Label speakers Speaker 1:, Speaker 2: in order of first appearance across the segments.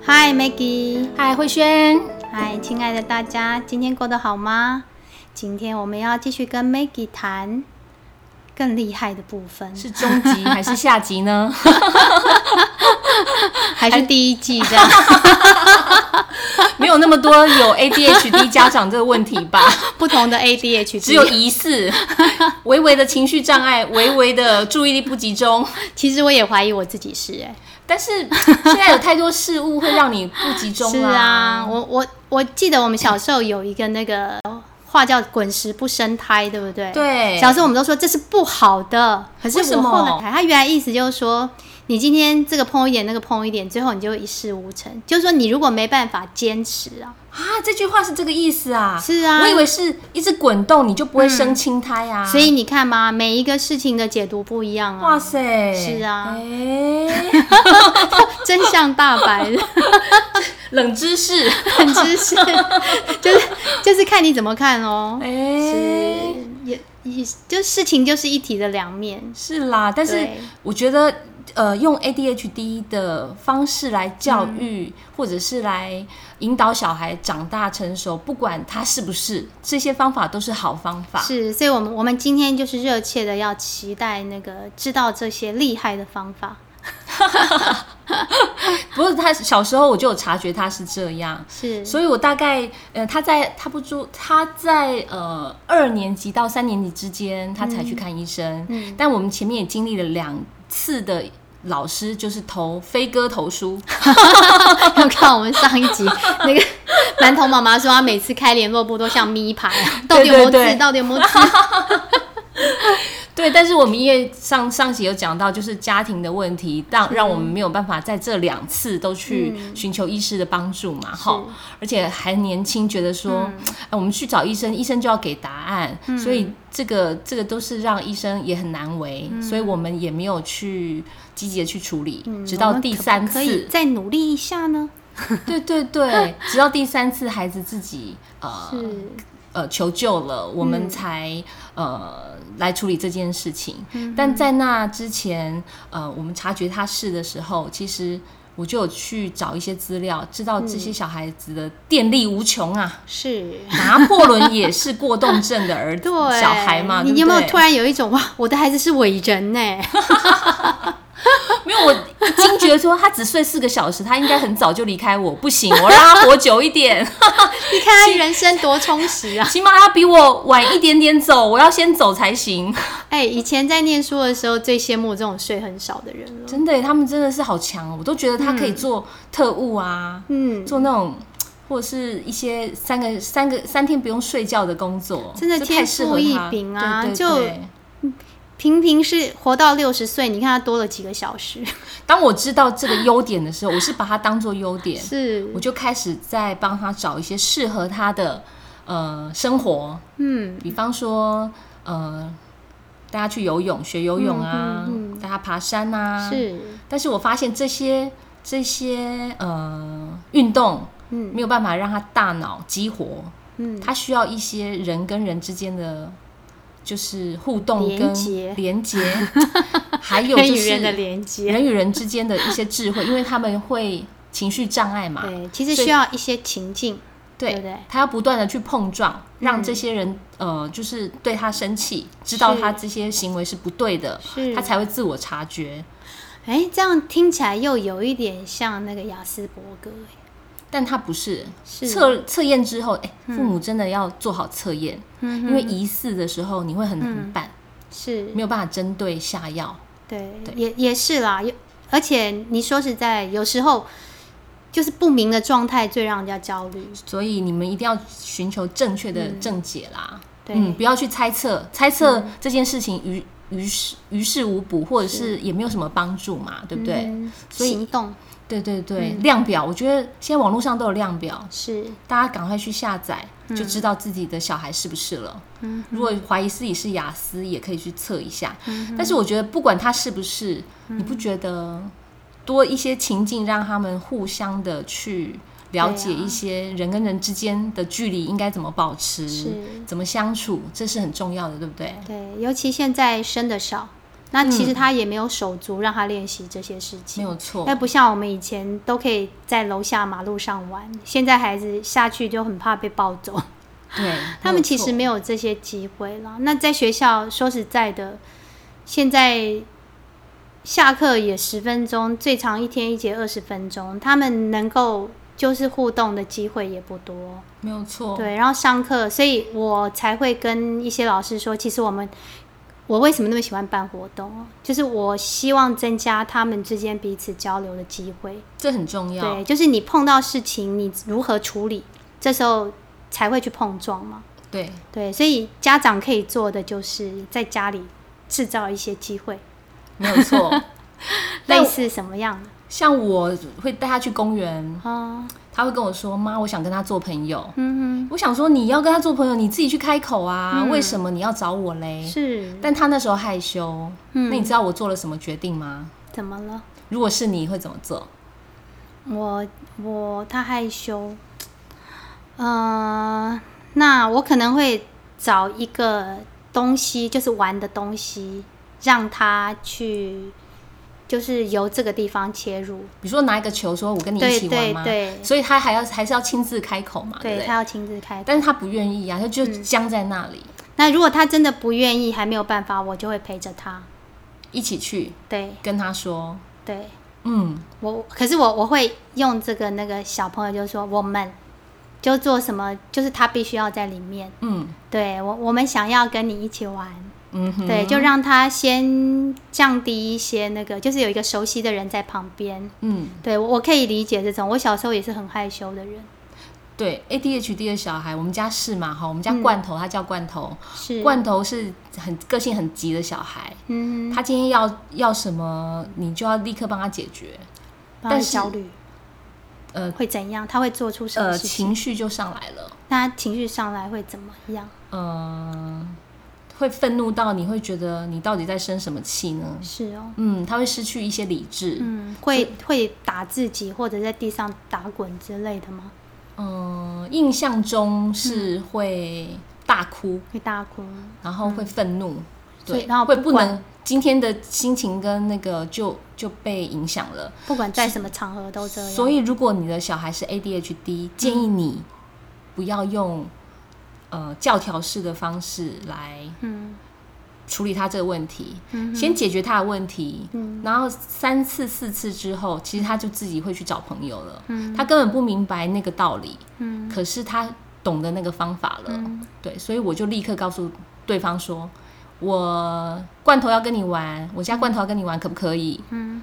Speaker 1: 嗨，Maggie，
Speaker 2: 嗨，慧轩，
Speaker 1: 嗨，亲爱的大家，今天过得好吗？今天我们要继续跟 Maggie 谈更厉害的部分，
Speaker 2: 是中集还是下集呢？
Speaker 1: 还是第一季这 样？
Speaker 2: 没有那么多有 ADHD 家长这个问题 吧，
Speaker 1: 不同的 ADHD，
Speaker 2: 只有 疑似，微微的情绪障碍，微微的注意力不集中。
Speaker 1: 其实我也怀疑我自己是哎、
Speaker 2: 但是现在有太多事物会让你不集 中
Speaker 1: 是
Speaker 2: 啦。
Speaker 1: 啊，我我我记得我们小时候有一个那个话叫“滚石不生胎”，对不对？
Speaker 2: 对
Speaker 1: 小时候我们都说这是不好的，可是
Speaker 2: 为什
Speaker 1: 我
Speaker 2: 么
Speaker 1: 后来才他原来意思就是说，你今天这个碰一点，那个碰一点，最后你就一事无成。就是说，你如果没办法坚持啊，
Speaker 2: 啊，这句话是这个意思啊。
Speaker 1: 是啊嗯
Speaker 2: 我以为是一直滚动，你就不会生青苔啊。
Speaker 1: 所以你看嘛，每一个事情的解读不一样
Speaker 2: 哇
Speaker 1: 啊，
Speaker 2: 塞，
Speaker 1: 是啊
Speaker 2: 哎，
Speaker 1: 真相大白，
Speaker 2: 冷知识，
Speaker 1: 很知识， 就是就是看你怎么看哦。
Speaker 2: 哎，
Speaker 1: 也也就事情就是一体的两面，
Speaker 2: 是啦，但是
Speaker 1: 对
Speaker 2: 我觉得，呃，用 ADHD 的方式来教
Speaker 1: 嗯
Speaker 2: 育，或者是来引导小孩长大成熟，不管他是不是，这些方法都是好方法。
Speaker 1: 是，所以我们我们今天就是热切的要期待那个知道这些厉害的方法。
Speaker 2: 不过他小时候我就有察觉他是这样，
Speaker 1: 是，
Speaker 2: 所以我大概呃，他在他不住他在呃二年级到三年级之间，他才去看医生。
Speaker 1: 嗯
Speaker 2: 但我们前面也经历了两次的老师就是投飞鸽投书，
Speaker 1: 要看我们上一集那个馒头妈妈说，她每次开联络部都像咪牌，到底有没有
Speaker 2: 对对
Speaker 1: 字？
Speaker 2: 对
Speaker 1: 到底有没有字？
Speaker 2: 对，但是我们因为上上集有讲到，就是家庭的问题，让让我们没有办法在这两次都去
Speaker 1: 嗯
Speaker 2: 寻求医师的帮助嘛，哈、而且还年轻，觉得说、
Speaker 1: 嗯
Speaker 2: 哎，我们去找医生，医生就要给答案，所以这个这个都是让医生也很难为，
Speaker 1: 嗯
Speaker 2: 所以我们也没有去积极的去处理， 直到第
Speaker 1: 嗯
Speaker 2: 三
Speaker 1: 我们可不可以
Speaker 2: 次，
Speaker 1: 再努力一下呢？
Speaker 2: 对对对， 直到第三次孩子自己呃
Speaker 1: 是，
Speaker 2: 呃求救了，我
Speaker 1: 嗯
Speaker 2: 们才、呃来处理这件事情。
Speaker 1: 嗯
Speaker 2: 但在那之前，呃，我们察觉他是的时候，其实我就有去找一些资料，知道
Speaker 1: 嗯
Speaker 2: 这些小孩子的电力无穷啊。
Speaker 1: 是。
Speaker 2: 拿破仑也是过动症的儿
Speaker 1: 对，
Speaker 2: 小孩嘛，
Speaker 1: 你
Speaker 2: 对
Speaker 1: 有
Speaker 2: 不
Speaker 1: 没有
Speaker 2: 对
Speaker 1: 突然有一种哇，我的孩子是伟人 呢？
Speaker 2: 没有，我一惊觉说他只睡四个小时，他应该很早就离开我，不行，我让他活久一点，
Speaker 1: 你看他人生多充实啊！
Speaker 2: 起码他比我晚一点点走，我要先走才行。
Speaker 1: 哎、以前在念书的时候，最羡慕这种睡很少的人了。
Speaker 2: 真的耶，他们真的是好强哦！我都觉得他可以做特务啊，
Speaker 1: 嗯，
Speaker 2: 做那种或者是一些三个三个三天不用睡觉的工作，
Speaker 1: 真的
Speaker 2: 这
Speaker 1: 天
Speaker 2: 太适合
Speaker 1: 赋异
Speaker 2: 他
Speaker 1: 禀啊
Speaker 2: 对对
Speaker 1: 就
Speaker 2: 对
Speaker 1: 平平是活到六十岁，你看他多了几个小时，
Speaker 2: 当我知道这个优点的时候，我是把它当做优点，
Speaker 1: 是
Speaker 2: 我就开始在帮他找一些适合他的呃生活，
Speaker 1: 嗯，
Speaker 2: 比方说呃，带他去游泳，学游泳啊，
Speaker 1: 嗯嗯嗯
Speaker 2: 带他爬山啊，
Speaker 1: 是
Speaker 2: 但是我发现这些这些呃运动，
Speaker 1: 嗯
Speaker 2: 没有办法让他大脑激活，
Speaker 1: 嗯
Speaker 2: 他需要一些人跟人之间的，就是互动
Speaker 1: 连
Speaker 2: 跟
Speaker 1: 结
Speaker 2: 连接， 还有
Speaker 1: 人
Speaker 2: 就
Speaker 1: 与
Speaker 2: 是
Speaker 1: 人的连接。
Speaker 2: 人与人之间的一些智慧，因为他们会情绪障碍嘛，
Speaker 1: 对，其实
Speaker 2: 嗯所以
Speaker 1: 需要一些情境，
Speaker 2: 对
Speaker 1: 对不嗯对
Speaker 2: 他要不断的去碰撞，让这些人、呃，就是对他生气，知道
Speaker 1: 是
Speaker 2: 他这些行为是不对的，
Speaker 1: 是
Speaker 2: 他才会自我察觉。
Speaker 1: 哎，这样听起来又有一点像那个雅斯伯格，哎
Speaker 2: 但他不是
Speaker 1: 是
Speaker 2: 测测验之后，哎、父母真的要做好测验，
Speaker 1: 嗯
Speaker 2: 因为疑似的时候你会很难办，
Speaker 1: 是
Speaker 2: 没有办法针对下药。
Speaker 1: 对，也也是啦。有而且你说实在，有时候就是不明的状态最让人家焦虑。
Speaker 2: 所以你们一定要寻求正确的正解啦，
Speaker 1: 对嗯
Speaker 2: 嗯，不要去猜测，猜测这件事情于于事于事无补，或者是也没有什么帮助嘛，对不对？
Speaker 1: 嗯
Speaker 2: 所以
Speaker 1: 行动
Speaker 2: 对对对，量表，我觉得现在网络上都有量表，
Speaker 1: 是
Speaker 2: 大家赶快去下载，就知道自己的小孩是不是了。
Speaker 1: 嗯
Speaker 2: 如果怀疑自己是雅思，也可以去测一下。但是我觉得，不管他是不是，嗯你不觉得多一些情境，让他们互相的去了解
Speaker 1: 对啊
Speaker 2: 一些人跟人之间的距离应该怎么保持
Speaker 1: 是，
Speaker 2: 怎么相处，这是很重要的，对不对？
Speaker 1: 对，尤其现在生的少，那其实他也没有手足让他练习这些事
Speaker 2: 嗯没
Speaker 1: 情，
Speaker 2: 有错
Speaker 1: 那。不像我们以前都可以在楼下马路上玩，现在孩子下去就很怕被抱走，
Speaker 2: 对，
Speaker 1: 他
Speaker 2: 没有
Speaker 1: 们其实
Speaker 2: 错
Speaker 1: 没有这些机会了。那在学校说实在的，现在下课也十分钟，最长一天一节二十分钟，他们能够就是互动的机会也不多。
Speaker 2: 没有错，
Speaker 1: 对，然后上课，所以我才会跟一些老师说，其实我们我为什么那么喜欢办活动哦，就是我希望增加他们之间彼此交流的机会。
Speaker 2: 这很重要。
Speaker 1: 对，就是你碰到事情，你如何处理，这时候才会去碰撞嘛。
Speaker 2: 对，
Speaker 1: 对，所以家长可以做的就是在家里制造一些机会，
Speaker 2: 没有 错。但
Speaker 1: 类
Speaker 2: 我
Speaker 1: 似什么样的
Speaker 2: 像我会带他去公园，
Speaker 1: 啊？
Speaker 2: 他会跟我说：“妈，我想跟他做朋友。”
Speaker 1: 嗯
Speaker 2: 我想说，你要跟他做朋友，你自己去开口啊，为什么你要找我嘞
Speaker 1: 哼，？是
Speaker 2: 但他那时候害羞，
Speaker 1: 嗯
Speaker 2: 那你知道我做了什么决定吗？
Speaker 1: 怎么了？
Speaker 2: 如果是你会怎么做？
Speaker 1: 我我他害羞，呃，那我可能会找一个东西，就是玩的东西，让他去，就是由这个地方切入，
Speaker 2: 比如说拿一个球，说我跟你一
Speaker 1: 对
Speaker 2: 起玩
Speaker 1: 对
Speaker 2: 吗？
Speaker 1: 对，
Speaker 2: 所以他还要还是要亲自开口嘛，对不
Speaker 1: 对
Speaker 2: 对？
Speaker 1: 他要嗯亲自开口。
Speaker 2: 但是他不愿意啊，他就僵在那里，
Speaker 1: 那如果他真的不愿意，还没有办法，我就会陪着他。
Speaker 2: 一起去
Speaker 1: 对
Speaker 2: 跟他说，
Speaker 1: 对，
Speaker 2: 嗯，
Speaker 1: 我可是我我会用这个那个小朋友就说我们就做什么，就是他必须要在里面。
Speaker 2: 嗯
Speaker 1: 对我我们想要跟你一起玩，
Speaker 2: 嗯哼，
Speaker 1: 对，就让他先降低一些那个，就是有一个熟悉的人在旁边。
Speaker 2: 嗯，
Speaker 1: 对我我可以理解这种，我小时候也是很害羞的人，
Speaker 2: 对，ADHD 的小孩，我们家是嘛哈，我们家
Speaker 1: 嗯
Speaker 2: 罐头，他叫罐头，
Speaker 1: 是，
Speaker 2: 罐头是很个性很急的小孩，
Speaker 1: 嗯，
Speaker 2: 他今天要要什么，你就要立刻帮他解决，
Speaker 1: 然后
Speaker 2: 但是
Speaker 1: 焦虑
Speaker 2: 呃
Speaker 1: 会怎样？他会做出什么
Speaker 2: 呃，
Speaker 1: 事情？
Speaker 2: 情绪就上来了，
Speaker 1: 那他情绪上来会怎么样？
Speaker 2: 呃，会愤怒到你会觉得你到底在生什么气呢？
Speaker 1: 是哦，
Speaker 2: 嗯，他会失去一些理智，
Speaker 1: 嗯，会会打自己或者在地上打滚之类的吗？
Speaker 2: 嗯，印象中是会大哭，
Speaker 1: 会大哭？
Speaker 2: 然后会愤怒，
Speaker 1: 嗯所以
Speaker 2: 对，
Speaker 1: 然后
Speaker 2: 会
Speaker 1: 不
Speaker 2: 不
Speaker 1: 管
Speaker 2: 能今天的心情跟那个就就被影响了。
Speaker 1: 不管在什么场合都这样。嗯
Speaker 2: 所以，如果你的小孩是 ADHD，建议你不要用呃教条式的方式来
Speaker 1: 嗯
Speaker 2: 处理他这个问题，
Speaker 1: 嗯
Speaker 2: 先解决他的问题，
Speaker 1: 嗯
Speaker 2: 然后三次四次之后，其实他就自己会去找朋友了。
Speaker 1: 嗯
Speaker 2: 他根本不明白那个道理，
Speaker 1: 嗯
Speaker 2: 可是他懂得那个方法了，
Speaker 1: 嗯
Speaker 2: 对，所以我就立刻告诉对方说，我罐头要跟你玩，我家罐头要跟你玩，可不可以？
Speaker 1: 嗯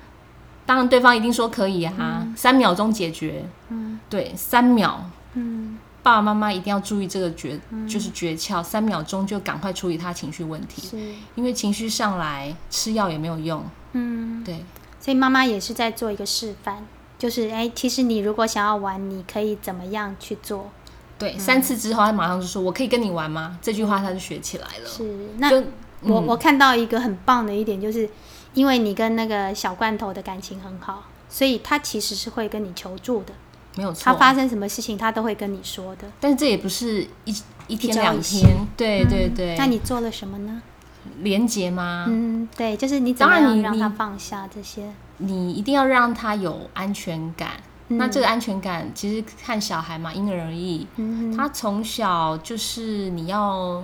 Speaker 2: 当然，对方一定说可以啊，三秒钟解决，
Speaker 1: 嗯
Speaker 2: 对，三秒。
Speaker 1: 嗯，
Speaker 2: 爸爸妈妈一定要注意这个诀，就是诀窍，三秒钟就赶快处理他情绪问题，
Speaker 1: 是
Speaker 2: 因为情绪上来吃药也没有用，
Speaker 1: 嗯。
Speaker 2: 对，
Speaker 1: 所以妈妈也是在做一个示范，就是哎、其实你如果想要玩，你可以怎么样去做？嗯
Speaker 2: 对，三次之后他马上就说我可以跟你玩吗？这句话他就学起来了，
Speaker 1: 是，那
Speaker 2: 啊就嗯
Speaker 1: 我、我看到一个很棒的一点，就是因为你跟那个小罐头的感情很好，所以他其实是会跟你求助的，
Speaker 2: 没有错。
Speaker 1: 他发生什么事情他都会跟你说的。
Speaker 2: 但这也不是一一天
Speaker 1: 朝
Speaker 2: 两
Speaker 1: 一夕
Speaker 2: 天，对对对。
Speaker 1: 嗯那你做了什么呢？
Speaker 2: 连接吗？
Speaker 1: 嗯，对，就是你怎么
Speaker 2: 当然
Speaker 1: 样
Speaker 2: 你
Speaker 1: 让他
Speaker 2: 你
Speaker 1: 放下这些？
Speaker 2: 你一定要让他有安全感。
Speaker 1: 嗯
Speaker 2: 那这个安全感其实看小孩嘛，因人而异。
Speaker 1: 嗯
Speaker 2: 他从小就是你要，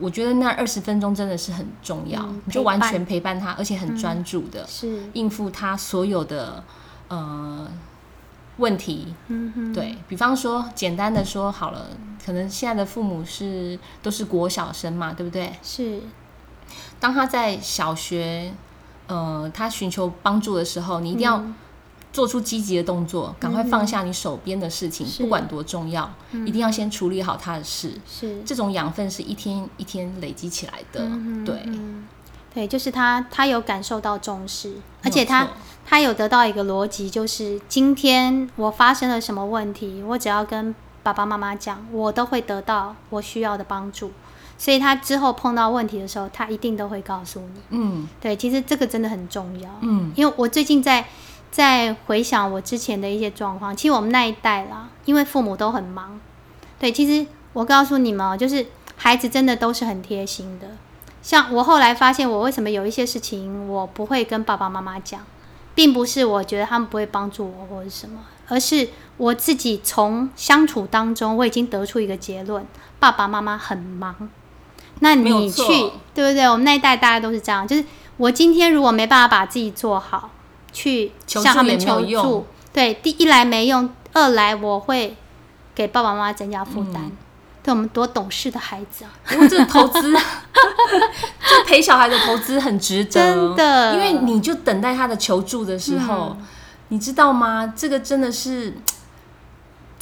Speaker 2: 我觉得那二十分钟真的是很重要，
Speaker 1: 嗯
Speaker 2: 你就
Speaker 1: 陪
Speaker 2: 完
Speaker 1: 伴嗯
Speaker 2: 全陪伴他，而且很专注的、
Speaker 1: 是，
Speaker 2: 应付他所有的呃问题。
Speaker 1: 嗯哼，
Speaker 2: 对比方说，简单的说好了，可能现在的父母是都是国小生嘛，对不对？
Speaker 1: 是，
Speaker 2: 当他在小学，呃，他寻求帮助的时候，你一定要
Speaker 1: 嗯
Speaker 2: 做出积极的动作，赶快放下你手边的事情，
Speaker 1: 是嗯
Speaker 2: 不管多重要，一定要先处理好他的事。
Speaker 1: 是。
Speaker 2: 这种养分是一天一天累积起来的，
Speaker 1: 嗯哼
Speaker 2: 对，
Speaker 1: 嗯对，就是他，他有感受到重视，而且
Speaker 2: 没
Speaker 1: 他
Speaker 2: 有错
Speaker 1: 他有得到一个逻辑，就是今天我发生了什么问题，我只要跟爸爸妈妈讲，我都会得到我需要的帮助。所以他之后碰到问题的时候，他一定都会告诉你。
Speaker 2: 嗯
Speaker 1: 对，其实这个真的很重要。
Speaker 2: 嗯，
Speaker 1: 因为我最近在在回想我之前的一些状况，其实我们那一代啦，因为父母都很忙，对，其实我告诉你们哦，就是孩子真的都是很贴心的，像我后来发现，我为什么有一些事情我不会跟爸爸妈妈讲，并不是我觉得他们不会帮助我或者什么，而是我自己从相处当中，我已经得出一个结论：爸爸妈妈很忙。那
Speaker 2: 没有
Speaker 1: 你去
Speaker 2: 错，
Speaker 1: 对不对？我们那一代大家都是这样，就是我今天如果没办法把自己做好，去
Speaker 2: 求
Speaker 1: 向
Speaker 2: 助
Speaker 1: 他
Speaker 2: 也
Speaker 1: 们
Speaker 2: 没有
Speaker 1: 求
Speaker 2: 用
Speaker 1: 助，对，第一来没用，二来我会给爸爸妈妈增加负担。
Speaker 2: 嗯
Speaker 1: 对我们多懂事的孩子啊！
Speaker 2: 不过这个投资，这陪小孩的投资很值得，
Speaker 1: 真的
Speaker 2: 因为你就等待他的求助的时候，
Speaker 1: 嗯
Speaker 2: 你知道吗？这个真的是。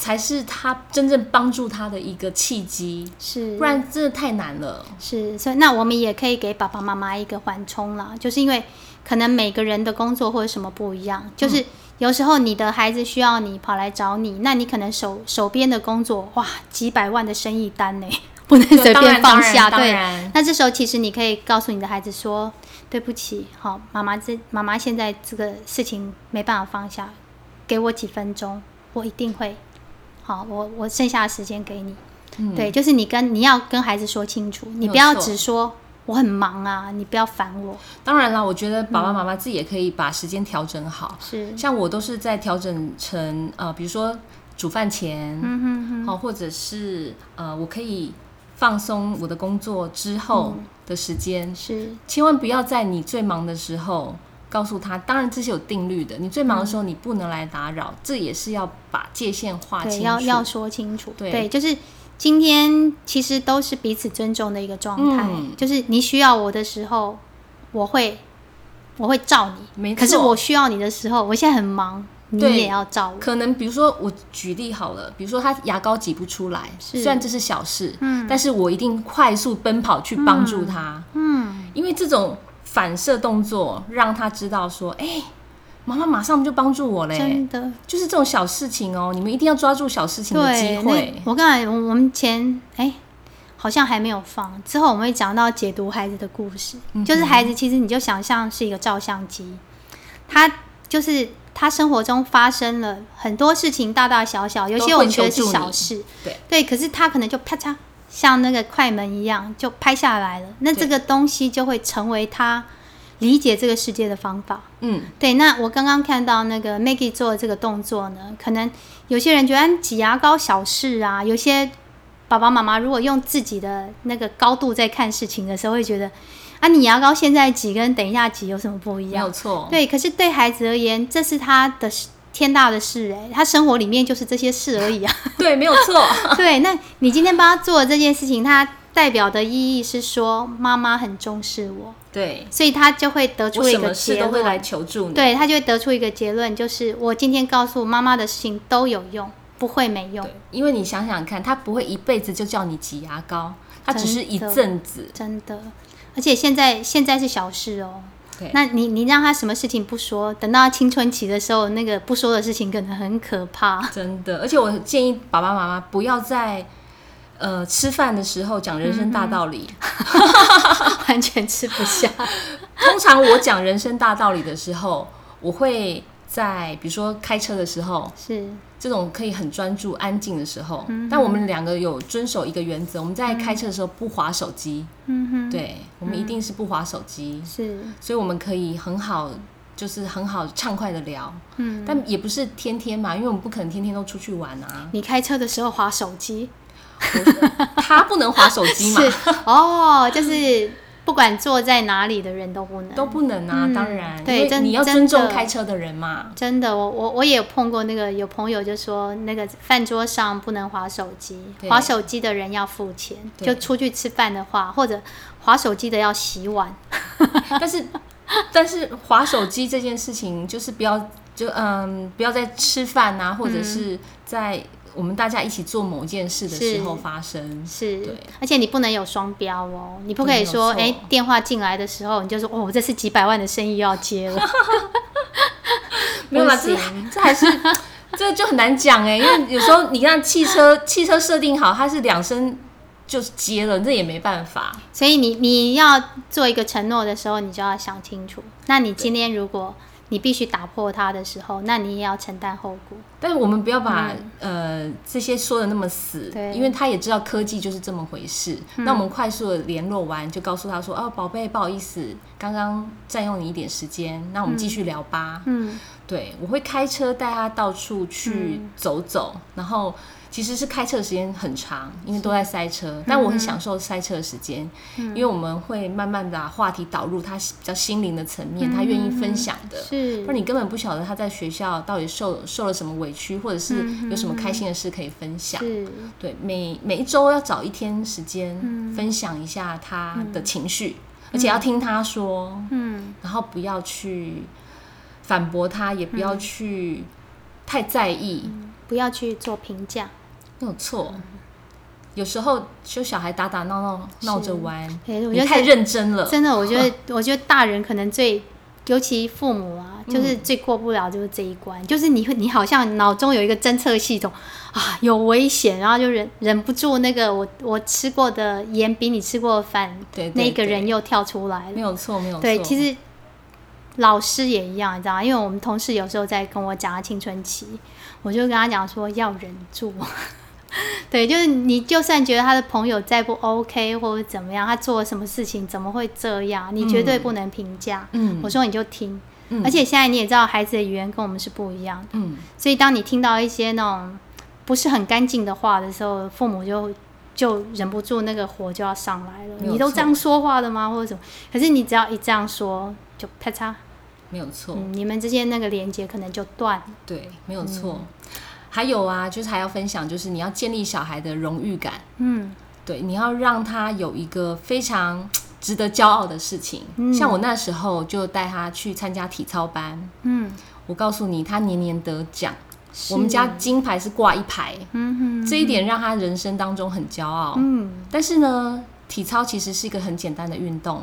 Speaker 2: 才是他真正帮助他的一个契机，
Speaker 1: 是，
Speaker 2: 不然真的太难 了。
Speaker 1: 是，所以那我们也可以给爸爸妈妈一个缓冲啦，就是因为可能每个人的工作或者什么不一样，
Speaker 2: 嗯
Speaker 1: 就是有时候你的孩子需要你跑来找你，那你可能手手边的工作哇几百万的生意单呢，不能
Speaker 2: 对
Speaker 1: 随
Speaker 2: 当然
Speaker 1: 便放
Speaker 2: 当然
Speaker 1: 下，
Speaker 2: 当
Speaker 1: 对
Speaker 2: 然。
Speaker 1: 那这时候其实你可以告诉你的孩子说，对不起，好，妈妈这妈妈现在这个事情没办法放下，给我几分钟，我一定会。好，我我剩下的时间给你，
Speaker 2: 嗯
Speaker 1: 对，就是你跟你要跟孩子说清楚，你
Speaker 2: 有
Speaker 1: 不要
Speaker 2: 错
Speaker 1: 只说我很忙啊，你不要烦我，
Speaker 2: 当然啦，我觉得爸爸妈妈
Speaker 1: 嗯
Speaker 2: 自己也可以把时间调整好。
Speaker 1: 是，
Speaker 2: 像我都是在调整成呃，比如说煮饭前，
Speaker 1: 嗯哼哼，
Speaker 2: 好、或者是呃，我可以放松我的工作之后
Speaker 1: 嗯
Speaker 2: 的时间，
Speaker 1: 是
Speaker 2: 千万不要在你最忙的时候告诉他。当然，这是有定律的，你最忙的时候你不能来打扰，这也是要把界限划
Speaker 1: 对，
Speaker 2: 清
Speaker 1: 要
Speaker 2: 楚。
Speaker 1: 要说清楚，
Speaker 2: 对
Speaker 1: 就是今天其实都是彼此尊重的一个状态，
Speaker 2: 嗯
Speaker 1: 就是你需要我的时候，我会我会照你，
Speaker 2: 没
Speaker 1: 可是
Speaker 2: 错
Speaker 1: 我需要你的时候，我现在很忙，你
Speaker 2: 对
Speaker 1: 也要照我，
Speaker 2: 可能比如说我举例好了，比如说他牙膏挤不出来，
Speaker 1: 是
Speaker 2: 虽然这是小事，
Speaker 1: 嗯
Speaker 2: 但是我一定快速奔跑去帮助他，
Speaker 1: 嗯，
Speaker 2: 因为这种反射动作让他知道说，哎、妈妈马上就帮助我嘞
Speaker 1: 真，的，
Speaker 2: 就是这种小事情哦，你们一定要抓住小事情的机
Speaker 1: 对，
Speaker 2: 会
Speaker 1: 那。我刚才我我们前哎、好像还没有放，之后我们会讲到解读孩子的故事，
Speaker 2: 嗯
Speaker 1: 就是孩子其实你就想象是一个照相机，他就是他生活中发生了很多事情，大大小小，有
Speaker 2: 都
Speaker 1: 些
Speaker 2: 会
Speaker 1: 我们觉得
Speaker 2: 求
Speaker 1: 是
Speaker 2: 助
Speaker 1: 小
Speaker 2: 你
Speaker 1: 事，
Speaker 2: 对
Speaker 1: 对，可是他可能就啪嚓。像那个快门一样就拍下来了，那这
Speaker 2: 对
Speaker 1: 个东西就会成为他理解这个世界的方法。
Speaker 2: 嗯，
Speaker 1: 对，那我刚刚看到那个 Maggie 做的这个动作呢，可能有些人觉得嗯挤牙膏小事啊，有些爸爸妈妈如果用自己的那个高度在看事情的时候，会觉得啊，你牙膏现在挤跟等一下挤有什么不一
Speaker 2: 没有
Speaker 1: 样？
Speaker 2: 错，
Speaker 1: 对，可是对孩子而言，这是他的事天大的事哎、他生活里面就是这些事而已 啊。
Speaker 2: 对，没有 错，
Speaker 1: 对，那你今天帮他做的这件事情，它代表的意义是说妈妈很重视我，
Speaker 2: 对，
Speaker 1: 所以他就会得出
Speaker 2: 我
Speaker 1: 一
Speaker 2: 什
Speaker 1: 个
Speaker 2: 么事
Speaker 1: 结
Speaker 2: 都会
Speaker 1: 论。
Speaker 2: 来求助你。
Speaker 1: 对他就会得出一个结论，就是我今天告诉妈妈的事情都有用，不会没用
Speaker 2: 对，，因为你想想看，他不会一辈子就叫你挤牙膏，他只是一
Speaker 1: 真的
Speaker 2: 阵子。
Speaker 1: 真的。而且现在现在是小事哦，
Speaker 2: 对，
Speaker 1: 那你你让他什么事情不说，等到青春期的时候，那个不说的事情可能很可怕。
Speaker 2: 真的，而且我建议爸爸妈妈不要在呃吃饭的时候讲人生大道理。
Speaker 1: 完全吃不下，
Speaker 2: 通常我讲人生大道理的时候，我会在比如说开车的时候，
Speaker 1: 是
Speaker 2: 这种可以很专注、安静的时候。
Speaker 1: 嗯
Speaker 2: 但我们两个有遵守一个原则，我们在开车的时候不划手机。
Speaker 1: 嗯哼，
Speaker 2: 对，我们一定是不划手机，
Speaker 1: 是，
Speaker 2: 所以我们可以很好。就是很好畅快的聊，
Speaker 1: 嗯，。
Speaker 2: 但也不是天天嘛，因为我们不可能天天都出去玩啊
Speaker 1: 你开车的时候划手机，
Speaker 2: 他不能划手机 嘛
Speaker 1: 是，哦，就是不管坐在哪里的人都不能，
Speaker 2: 都不能啊，
Speaker 1: 嗯
Speaker 2: 当然，
Speaker 1: 对
Speaker 2: 因为
Speaker 1: 真
Speaker 2: 你要
Speaker 1: 真
Speaker 2: 尊重
Speaker 1: 的
Speaker 2: 开车的人嘛。
Speaker 1: 真的，我我我也有碰过那个有朋友就说，那个饭桌上不能划手机，
Speaker 2: 对
Speaker 1: 划手机的人要付钱。
Speaker 2: 对
Speaker 1: 就出去吃饭的话，或者划手机的要洗碗。
Speaker 2: 但是， 但是划手机这件事情，就是不要就嗯，不要在吃饭啊，或者是在我们大家一起做某件事的时候
Speaker 1: 是
Speaker 2: 发生。
Speaker 1: 是
Speaker 2: 对，
Speaker 1: 而且你不能有双标哦，你不可以说，
Speaker 2: 对没
Speaker 1: 哎、
Speaker 2: 有错
Speaker 1: 电话进来的时候你就说，哦，我这是几百万的生意又要接 了。
Speaker 2: 没有啦，
Speaker 1: 不
Speaker 2: 这
Speaker 1: 行
Speaker 2: 这还是这就很难讲哎、因为有时候你让汽车汽车设定好，它是两声就接了，这也没办法。
Speaker 1: 所以你你要做一个承诺的时候，你就要想清楚。那你今天如果你必须打破它的时候，那你也要承担后果。
Speaker 2: 但是我们不要把、呃这些说的那么
Speaker 1: 嗯
Speaker 2: 死
Speaker 1: 对，嗯
Speaker 2: 因为他也知道科技就是这么回事。那我们快速的联络完，就告诉他说：“哦，宝贝，不好意思，刚刚占用你一点时间，那我们继续聊吧。
Speaker 1: 嗯，
Speaker 2: 对，我会开车带他到处去走走，然后其实是开车的时间很长，因为都在塞车，但我很享受塞车的时间，
Speaker 1: 嗯
Speaker 2: 因为我们会慢慢把话题导入他比较心灵的层
Speaker 1: 嗯
Speaker 2: 面，他愿意分享的。
Speaker 1: 是
Speaker 2: 不然你根本不晓得他在学校到底受受了什么委屈，或者是有什么开心的事可以分享。
Speaker 1: 嗯是，
Speaker 2: 对，每每一周要找一天时间
Speaker 1: 嗯
Speaker 2: 分享一下他的情绪，而且要听他说，
Speaker 1: 嗯
Speaker 2: 然后不要去反驳他，也不要
Speaker 1: 嗯
Speaker 2: 去太在意，
Speaker 1: 不要去做评价。
Speaker 2: 没有错。有时候就小孩打打闹闹闹着玩，
Speaker 1: 哎，我
Speaker 2: 你
Speaker 1: 觉
Speaker 2: 太
Speaker 1: 得
Speaker 2: 认真了，
Speaker 1: 真的，我觉 得我觉得大人可能最，尤其父母啊，就是
Speaker 2: 嗯
Speaker 1: 最过不了就是这一关，就是你会你好像脑中有一个侦测系统啊，有危险，然后就忍忍不住那个我我吃过的盐比你吃过的饭，
Speaker 2: 对对
Speaker 1: 那个
Speaker 2: 对
Speaker 1: 人又跳出来了
Speaker 2: 没。有错，没有错。
Speaker 1: 对，其实老师也一样，你知道吗？因为我们同事有时候在跟我讲他青春期，我就跟他讲说要忍住。 对，就是你就算觉得他的朋友再不 OK 或者怎么样，他做了什么事情怎么会这样，你绝对不能评价。
Speaker 2: 嗯
Speaker 1: 我说你就听，
Speaker 2: 嗯
Speaker 1: 而且现在你也知道孩子的语言跟我们是不一样的，
Speaker 2: 嗯，
Speaker 1: 所以当你听到一些那种不是很干净的话的时候，父母就就忍不住那个火就要上来了。
Speaker 2: 没有
Speaker 1: 你都
Speaker 2: 错
Speaker 1: 这样说话的吗？或者什么？可是你只要一这样说，就啪嚓，
Speaker 2: 没有错。
Speaker 1: 嗯，你们之间那个连接可能就断了。
Speaker 2: 对，没有错。
Speaker 1: 嗯
Speaker 2: 还有啊，就是还要分享，就是你要建立小孩的荣誉感，
Speaker 1: 嗯
Speaker 2: 对，你要让他有一个非常值得骄傲的事情。
Speaker 1: 嗯
Speaker 2: 像我那时候就带他去参加体操班，
Speaker 1: 嗯，
Speaker 2: 我告诉你，他年年得奖，
Speaker 1: 是
Speaker 2: 我们家金牌是挂一排，
Speaker 1: 嗯
Speaker 2: 这一点让他人生当中很骄傲。
Speaker 1: 嗯
Speaker 2: 但是呢，体操其实是一个很简单的运动，
Speaker 1: 哦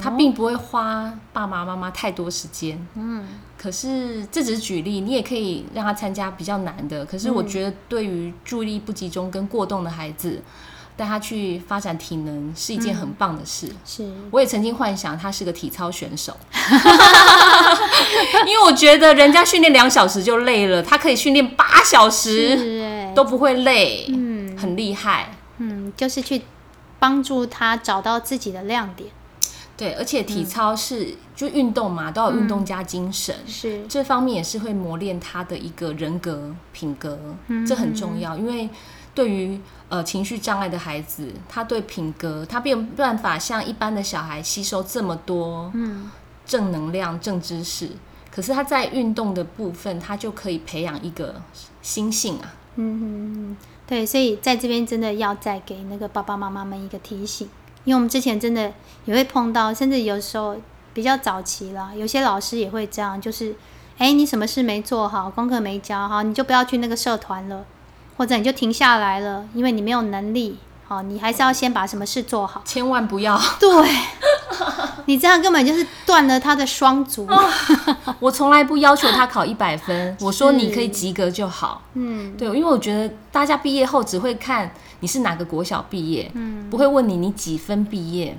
Speaker 2: 它并不会花爸爸妈妈太多时间。
Speaker 1: 嗯
Speaker 2: 可是这只是举例，你也可以让他参加比较难的。可
Speaker 1: 嗯
Speaker 2: 是我觉得对于注意力不集中跟过动的孩子，带他去发展体能是一
Speaker 1: 嗯
Speaker 2: 件很棒的事。
Speaker 1: 是
Speaker 2: 我也曾经幻想他是个体操 选手， 因为我觉得人家训练两小时就累了，他可以训练八小时
Speaker 1: 是哎、
Speaker 2: 都不会累，
Speaker 1: 嗯
Speaker 2: 很厉害。
Speaker 1: 嗯，就是去帮助他找到自己的亮点。
Speaker 2: 对，而且体操是、就运动嘛，都要有运动加精神。
Speaker 1: 是
Speaker 2: 这方面也是会磨练他的一个人格品格，这很重要，因为对于呃情绪障碍的孩子，他对品格他没有办法像一般的小孩吸收这么多
Speaker 1: 嗯
Speaker 2: 正能量、正知识，可是他在运动的部分，他就可以培养一个心性啊。
Speaker 1: 嗯嗯，嗯对，所以在这边真的要再给那个爸爸妈妈们一个提醒，因为我们之前真的也会碰到，甚至有时候比较早期啦，有些老师也会这样，就是，哎，你什么事没做好，功课没交好，你就不要去那个社团了，或者你就停下来了，因为你没有能力，好，你还是要先把什么事做好。
Speaker 2: 千万不要！
Speaker 1: 对， 你这样根本就是断了他的双足。
Speaker 2: 我从来不要求他考一百分，我说你可以及格就好。
Speaker 1: 嗯，
Speaker 2: 对，因为我觉得大家毕业后只会看你是哪个国小毕业，
Speaker 1: 嗯
Speaker 2: 不会问你你几分毕业。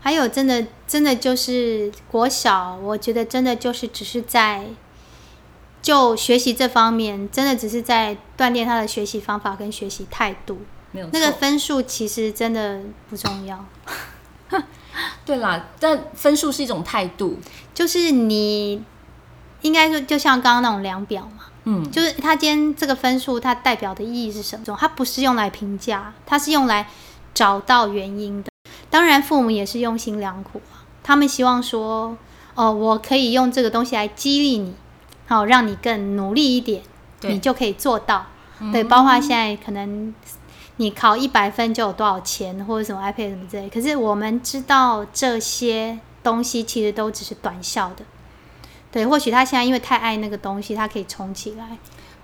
Speaker 1: 还有，真的，真的就是国小，我觉得真的就是只是在就学习这方面，真的只是在锻炼他的学习方法跟学习态度。
Speaker 2: 没有错
Speaker 1: 那个分数其实真的不重要，
Speaker 2: 对啦，但分数是一种态度，
Speaker 1: 就是你应该说，就像刚刚那种量表嘛，
Speaker 2: 嗯，
Speaker 1: 就是他今天这个分数它代表的意义是什么？它不是用来评价，它是用来找到原因的。当然，父母也是用心良苦啊，他们希望说，哦，我可以用这个东西来激励你，好、让你更努力一点，
Speaker 2: 对嗯
Speaker 1: 你就可以做到。对，包括现在可能你考一百分就有多少钱，或者什么 iPad 什么之类。可是我们知道这些东西其实都只是短效的。对，或许他现在因为太爱那个东西，他可以冲起来。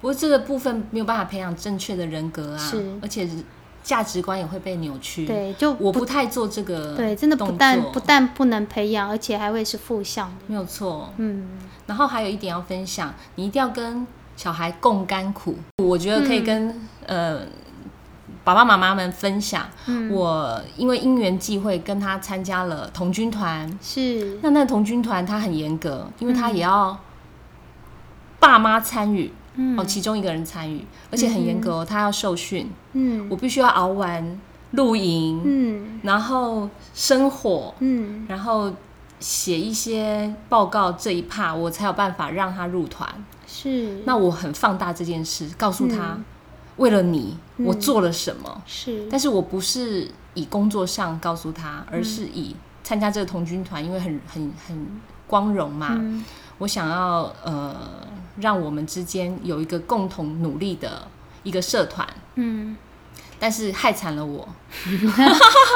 Speaker 2: 不过这个部分没有办法培养正确的人格啊
Speaker 1: 是，
Speaker 2: 而且价值观也会被扭曲。，
Speaker 1: 对，就
Speaker 2: 嗯我不太做这个动作，
Speaker 1: 对，真的不但不但不能培养，而且还会是负向的。
Speaker 2: 没有错。
Speaker 1: 嗯，
Speaker 2: 然后还有一点要分享，你一定要跟小孩共甘苦，我觉得可以跟、呃。爸爸妈妈们分享，我因为因缘际会跟他参加了童军团。
Speaker 1: 是，
Speaker 2: 那那童军团他很严格，因为他也要爸妈参与，哦，其中一个人参与，而且很严格哦，他要受训，
Speaker 1: 嗯
Speaker 2: 我必须要熬完露营，
Speaker 1: 嗯
Speaker 2: 然后生火，
Speaker 1: 嗯，
Speaker 2: 然后写一些报告这一趴，我才有办法让他入团。
Speaker 1: 是，
Speaker 2: 那我很放大这件事，告诉他，
Speaker 1: 嗯
Speaker 2: 为了你，我做了什么。
Speaker 1: 是，
Speaker 2: 但是我不是以工作上告诉他，而是以参加这个童军团，因为很很很光荣嘛。
Speaker 1: 嗯
Speaker 2: 我想要呃，让我们之间有一个共同努力的一个社团，
Speaker 1: 嗯，
Speaker 2: 但是害惨了我。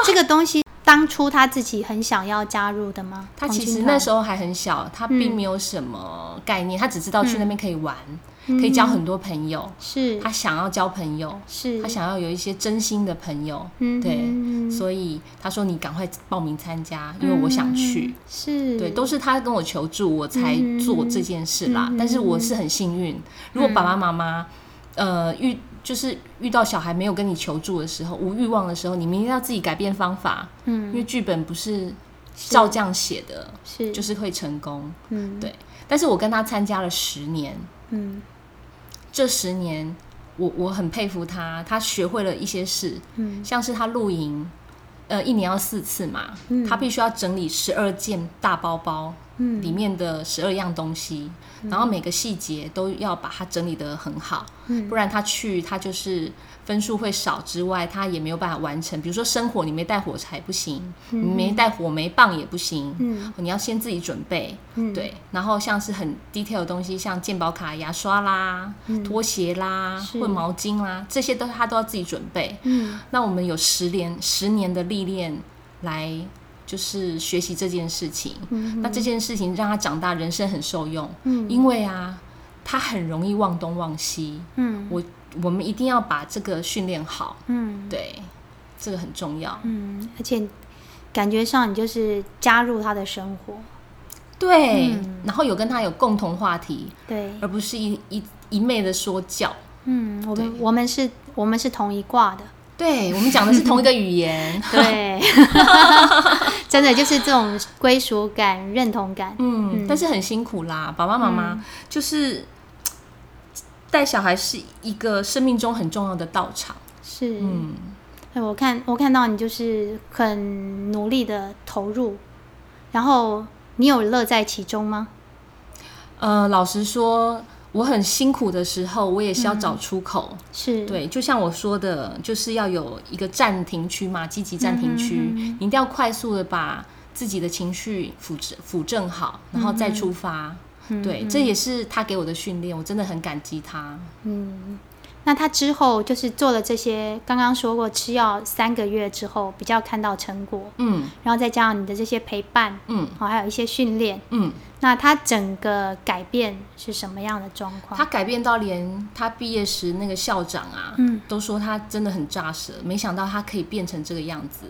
Speaker 1: 这个东西当初他自己很想要加入的吗？
Speaker 2: 他
Speaker 1: 童
Speaker 2: 其
Speaker 1: 军
Speaker 2: 实
Speaker 1: 团
Speaker 2: 那时候还很小，他并没有什么概念，他只知道去那边可以玩，
Speaker 1: 嗯
Speaker 2: 可以交很多朋友，
Speaker 1: 是
Speaker 2: 他想要交朋友，
Speaker 1: 是，
Speaker 2: 他想要有一些真心的朋友，
Speaker 1: 嗯
Speaker 2: 对
Speaker 1: 嗯
Speaker 2: 所以他说你赶快报名参加，因为我想去。
Speaker 1: 嗯是，
Speaker 2: 对，都是他跟我求助，我才做这件事啦。
Speaker 1: 嗯嗯
Speaker 2: 但是我是很幸运，如果爸爸妈妈，呃，遇就是遇到小孩没有跟你求助的时候，无欲望的时候，你明天要自己改变方法，因
Speaker 1: 嗯
Speaker 2: 为剧本不是照这样写的，
Speaker 1: 是
Speaker 2: 就是会成功。
Speaker 1: 嗯
Speaker 2: 对但是我跟他参加了十年，
Speaker 1: 嗯
Speaker 2: 这十年我我很佩服他，他学会了一些事，
Speaker 1: 嗯
Speaker 2: 像是他露营，呃，一年要四次嘛，
Speaker 1: 嗯
Speaker 2: 他必须要整理十二件大包包
Speaker 1: 嗯
Speaker 2: 里面的十二样东西，然后每个细节都要把它整理得很好，
Speaker 1: 嗯
Speaker 2: 不然他去他就是分数会少之外，他也没有办法完成。比如说生火，你没带火柴不行，你没带火煤棒也不行，
Speaker 1: 嗯
Speaker 2: 你要先自己准备。
Speaker 1: 嗯
Speaker 2: 对，然后像是很 detail 的东西，像健保卡、牙刷啦、拖鞋啦，
Speaker 1: 嗯是
Speaker 2: 或毛巾啦，这些都他都要自己准备。
Speaker 1: 嗯
Speaker 2: 那我们有十年十年的历练来就是学习这件事情，
Speaker 1: 嗯
Speaker 2: 那这件事情让他长大，人生很受用。
Speaker 1: 嗯
Speaker 2: 因为啊，他很容易忘东忘西，
Speaker 1: 嗯
Speaker 2: 我我们一定要把这个训练好，
Speaker 1: 嗯
Speaker 2: 对，这个很重要。
Speaker 1: 嗯，而且感觉上你就是加入他的生活，
Speaker 2: 对，嗯然后有跟他有共同话题，
Speaker 1: 对，
Speaker 2: 而不是一一一昧的说教。
Speaker 1: 嗯，我们我们是我们是同一挂的，，
Speaker 2: 对我们讲的是同一个语言
Speaker 1: 对， 真的就是这种归属感、认同感，
Speaker 2: 嗯，但是很辛苦啦，爸爸妈妈就是嘖带小孩是一个生命中很重要的道场。
Speaker 1: 是，
Speaker 2: 嗯，
Speaker 1: 哎，我看我看到你就是很努力的投入，然后你有乐在其中吗？
Speaker 2: 呃，老实说，我很辛苦的时候，我也是要找出口。
Speaker 1: 是，
Speaker 2: 对，就像我说的，就是要有一个暂停区嘛，积极暂停区，你一定要快速的把自己的情绪辅正辅正好，然后再出发。对，这也是他给我的训练，我真的很感激他。
Speaker 1: 嗯，那他之后就是做了这些，刚刚说过吃药三个月之后比较看到成果，
Speaker 2: 嗯
Speaker 1: 然后再加上你的这些陪伴，
Speaker 2: 嗯
Speaker 1: 好、还有一些训练，
Speaker 2: 嗯，
Speaker 1: 那他整个改变是什么样的状况？
Speaker 2: 他改变到连他毕业时那个校长啊，
Speaker 1: 嗯
Speaker 2: 都说他真的很扎实，没想到他可以变成这个样子。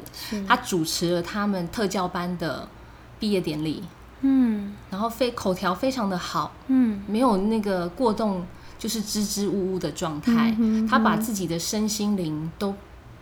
Speaker 2: 他主持了他们特教班的毕业典礼，
Speaker 1: 嗯
Speaker 2: 然后非口条非常的好，
Speaker 1: 嗯
Speaker 2: 没有那个过动，就是支支吾吾的状态。
Speaker 1: 嗯哼
Speaker 2: 他把自己的身心灵都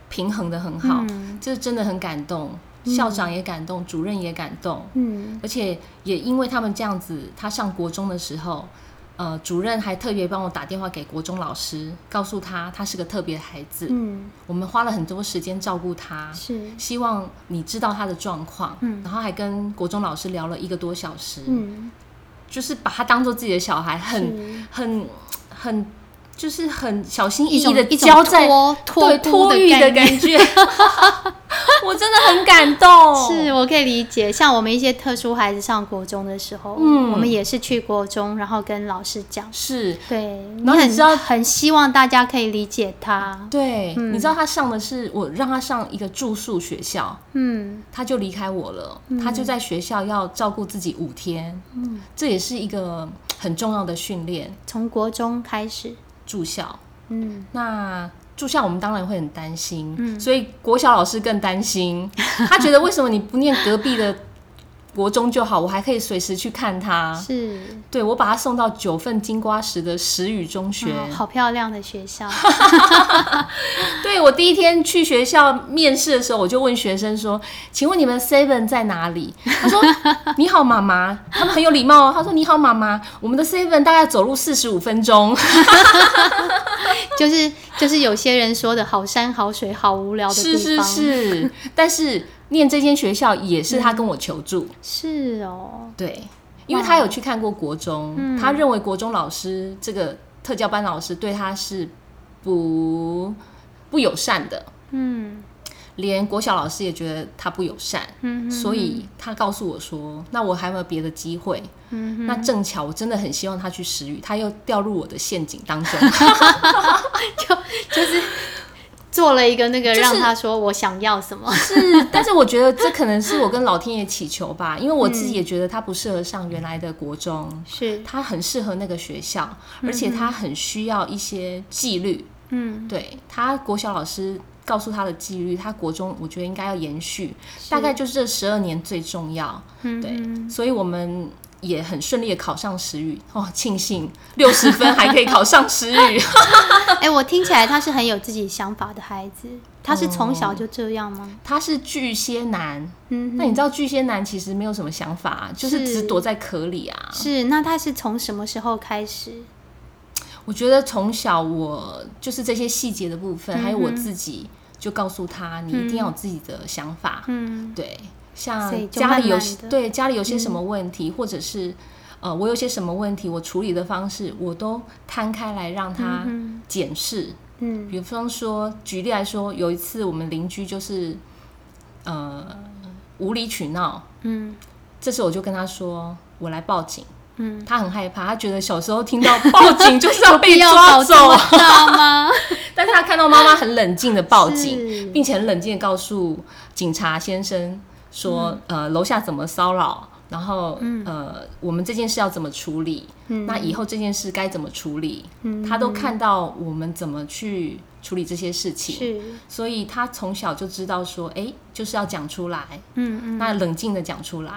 Speaker 2: 平衡的很好，
Speaker 1: 嗯
Speaker 2: 这真的很感动。校长也感动，主任也感动，
Speaker 1: 嗯
Speaker 2: 而且也因为他们这样子，他上国中的时候，呃，主任还特别帮我打电话给国中老师，告诉他他是个特别孩子，
Speaker 1: 嗯，
Speaker 2: 我们花了很多时间照顾他。
Speaker 1: 是，
Speaker 2: 希望你知道他的状况，
Speaker 1: 嗯
Speaker 2: 然后还跟国中老师聊了一个多小时，
Speaker 1: 嗯
Speaker 2: 就是把他当做自己的小孩，很
Speaker 1: 是
Speaker 2: 很很就是很小心翼
Speaker 1: 一
Speaker 2: 翼
Speaker 1: 种
Speaker 2: 的
Speaker 1: 一
Speaker 2: 交
Speaker 1: 种
Speaker 2: 在
Speaker 1: 托
Speaker 2: 对
Speaker 1: 托孤
Speaker 2: 托育的
Speaker 1: 的念
Speaker 2: 感觉， 我真的很感动。
Speaker 1: 是，我可以理解，像我们一些特殊孩子上国中的时候，
Speaker 2: 嗯
Speaker 1: 我们也是去国中，然后跟老师讲，
Speaker 2: 是，
Speaker 1: 对，你
Speaker 2: 然后你
Speaker 1: 很
Speaker 2: 知道
Speaker 1: 很希望大家可以理解他，
Speaker 2: 对，
Speaker 1: 嗯
Speaker 2: 你知道他上的是我让他上一个住宿学校，
Speaker 1: 嗯
Speaker 2: 他就离开我了，他就在学校要照顾自己五天，
Speaker 1: 嗯，
Speaker 2: 这也是一个很重要的训练。
Speaker 1: 从国中开始，
Speaker 2: 住校，
Speaker 1: 嗯，
Speaker 2: 那住校我们当然会很 担心，所以国小老师更担心，他觉得为什么你不念隔壁的国中就好，我还可以随时去看他。
Speaker 1: 是，
Speaker 2: 对我把他送到九份金瓜石的石宇中学。
Speaker 1: 哦好漂亮的学校，
Speaker 2: 对我第一天去学校面试的时候，我就问学生说：“请问你们 Seven 在哪里？”他 说：“你好，妈妈。”他们很有礼貌哦。他说：“你好，妈妈。我们的 Seven 大概走路四十五分钟。
Speaker 1: 就是就是有些人说的好山好水好无聊”的地
Speaker 2: 是 是
Speaker 1: 方，
Speaker 2: 是，但是念这间学校也是
Speaker 1: 嗯
Speaker 2: 他跟我求助。
Speaker 1: 是哦，
Speaker 2: 对，因为他有去看过国中，
Speaker 1: 嗯
Speaker 2: 他认为国中老师这个特教班老师对他是不不友善的，
Speaker 1: 嗯
Speaker 2: 连国小老师也觉得他不友善，
Speaker 1: 嗯哼
Speaker 2: 所以他告诉我说，那我还有没有别的机会？
Speaker 1: 嗯
Speaker 2: 那正巧我真的很希望他去食语，他又掉入我的陷阱当 中。
Speaker 1: 做了一个那个
Speaker 2: 就是
Speaker 1: 让他说我想要什么，
Speaker 2: 是，但是我觉得这可能是我跟老天爷祈求吧，因为我
Speaker 1: 嗯
Speaker 2: 自己也觉得他不适合上原来的国中。
Speaker 1: 是
Speaker 2: 他很适合那个学校，而且他很需要一些纪律。
Speaker 1: 嗯，
Speaker 2: 对他国小老师告诉他的纪律，他国中我觉得应该要延续，大概就是这十二年最重要。
Speaker 1: 嗯
Speaker 2: 对，所以我们。也很顺利的考上时语哦，庆幸六十分还可以考上时语，
Speaker 1: 哎、我听起来他是很有自己想法的孩子，他是从
Speaker 2: 哦
Speaker 1: 小就这样吗？
Speaker 2: 他是巨蟹男，
Speaker 1: 嗯，
Speaker 2: 那你知道巨蟹男其实没有什么想法啊，就是
Speaker 1: 是
Speaker 2: 只躲在壳里啊。
Speaker 1: 是，那他是从什么时候开始？
Speaker 2: 我觉得从小我就是这些细节的部
Speaker 1: 嗯
Speaker 2: 分，还有我自己就告诉他，你一定要有自己的想法。
Speaker 1: 嗯，
Speaker 2: 对，像
Speaker 1: 所以就
Speaker 2: 家里有
Speaker 1: 慢慢地嗯
Speaker 2: 对家里有些什么问题，或者是呃我有些什么问题，我处理的方式我都摊开来让他检视。
Speaker 1: 嗯，
Speaker 2: 比方说，举例来说，有一次我们邻居就是呃无理取闹，
Speaker 1: 嗯，
Speaker 2: 这时候我就跟他说，我来报警。
Speaker 1: 嗯，
Speaker 2: 他很害怕，他觉得小时候听到报 警就是要被
Speaker 1: 必要
Speaker 2: 抓
Speaker 1: 搞这
Speaker 2: 走
Speaker 1: 么，大吗？
Speaker 2: 但是他看到妈妈很冷静的 报
Speaker 1: 是
Speaker 2: 警，并且很冷静的告诉警察先生说，
Speaker 1: 嗯
Speaker 2: 呃，楼下怎么骚扰，然后、呃，我们这件事要怎么处理，
Speaker 1: 嗯
Speaker 2: 那以后这件事该怎么处理，
Speaker 1: 嗯
Speaker 2: 他都看到我们怎么去处理这些事情，
Speaker 1: 是，
Speaker 2: 所以他从小就知道说，哎，就是要讲出来，
Speaker 1: 嗯嗯，嗯
Speaker 2: 那冷静的讲出来。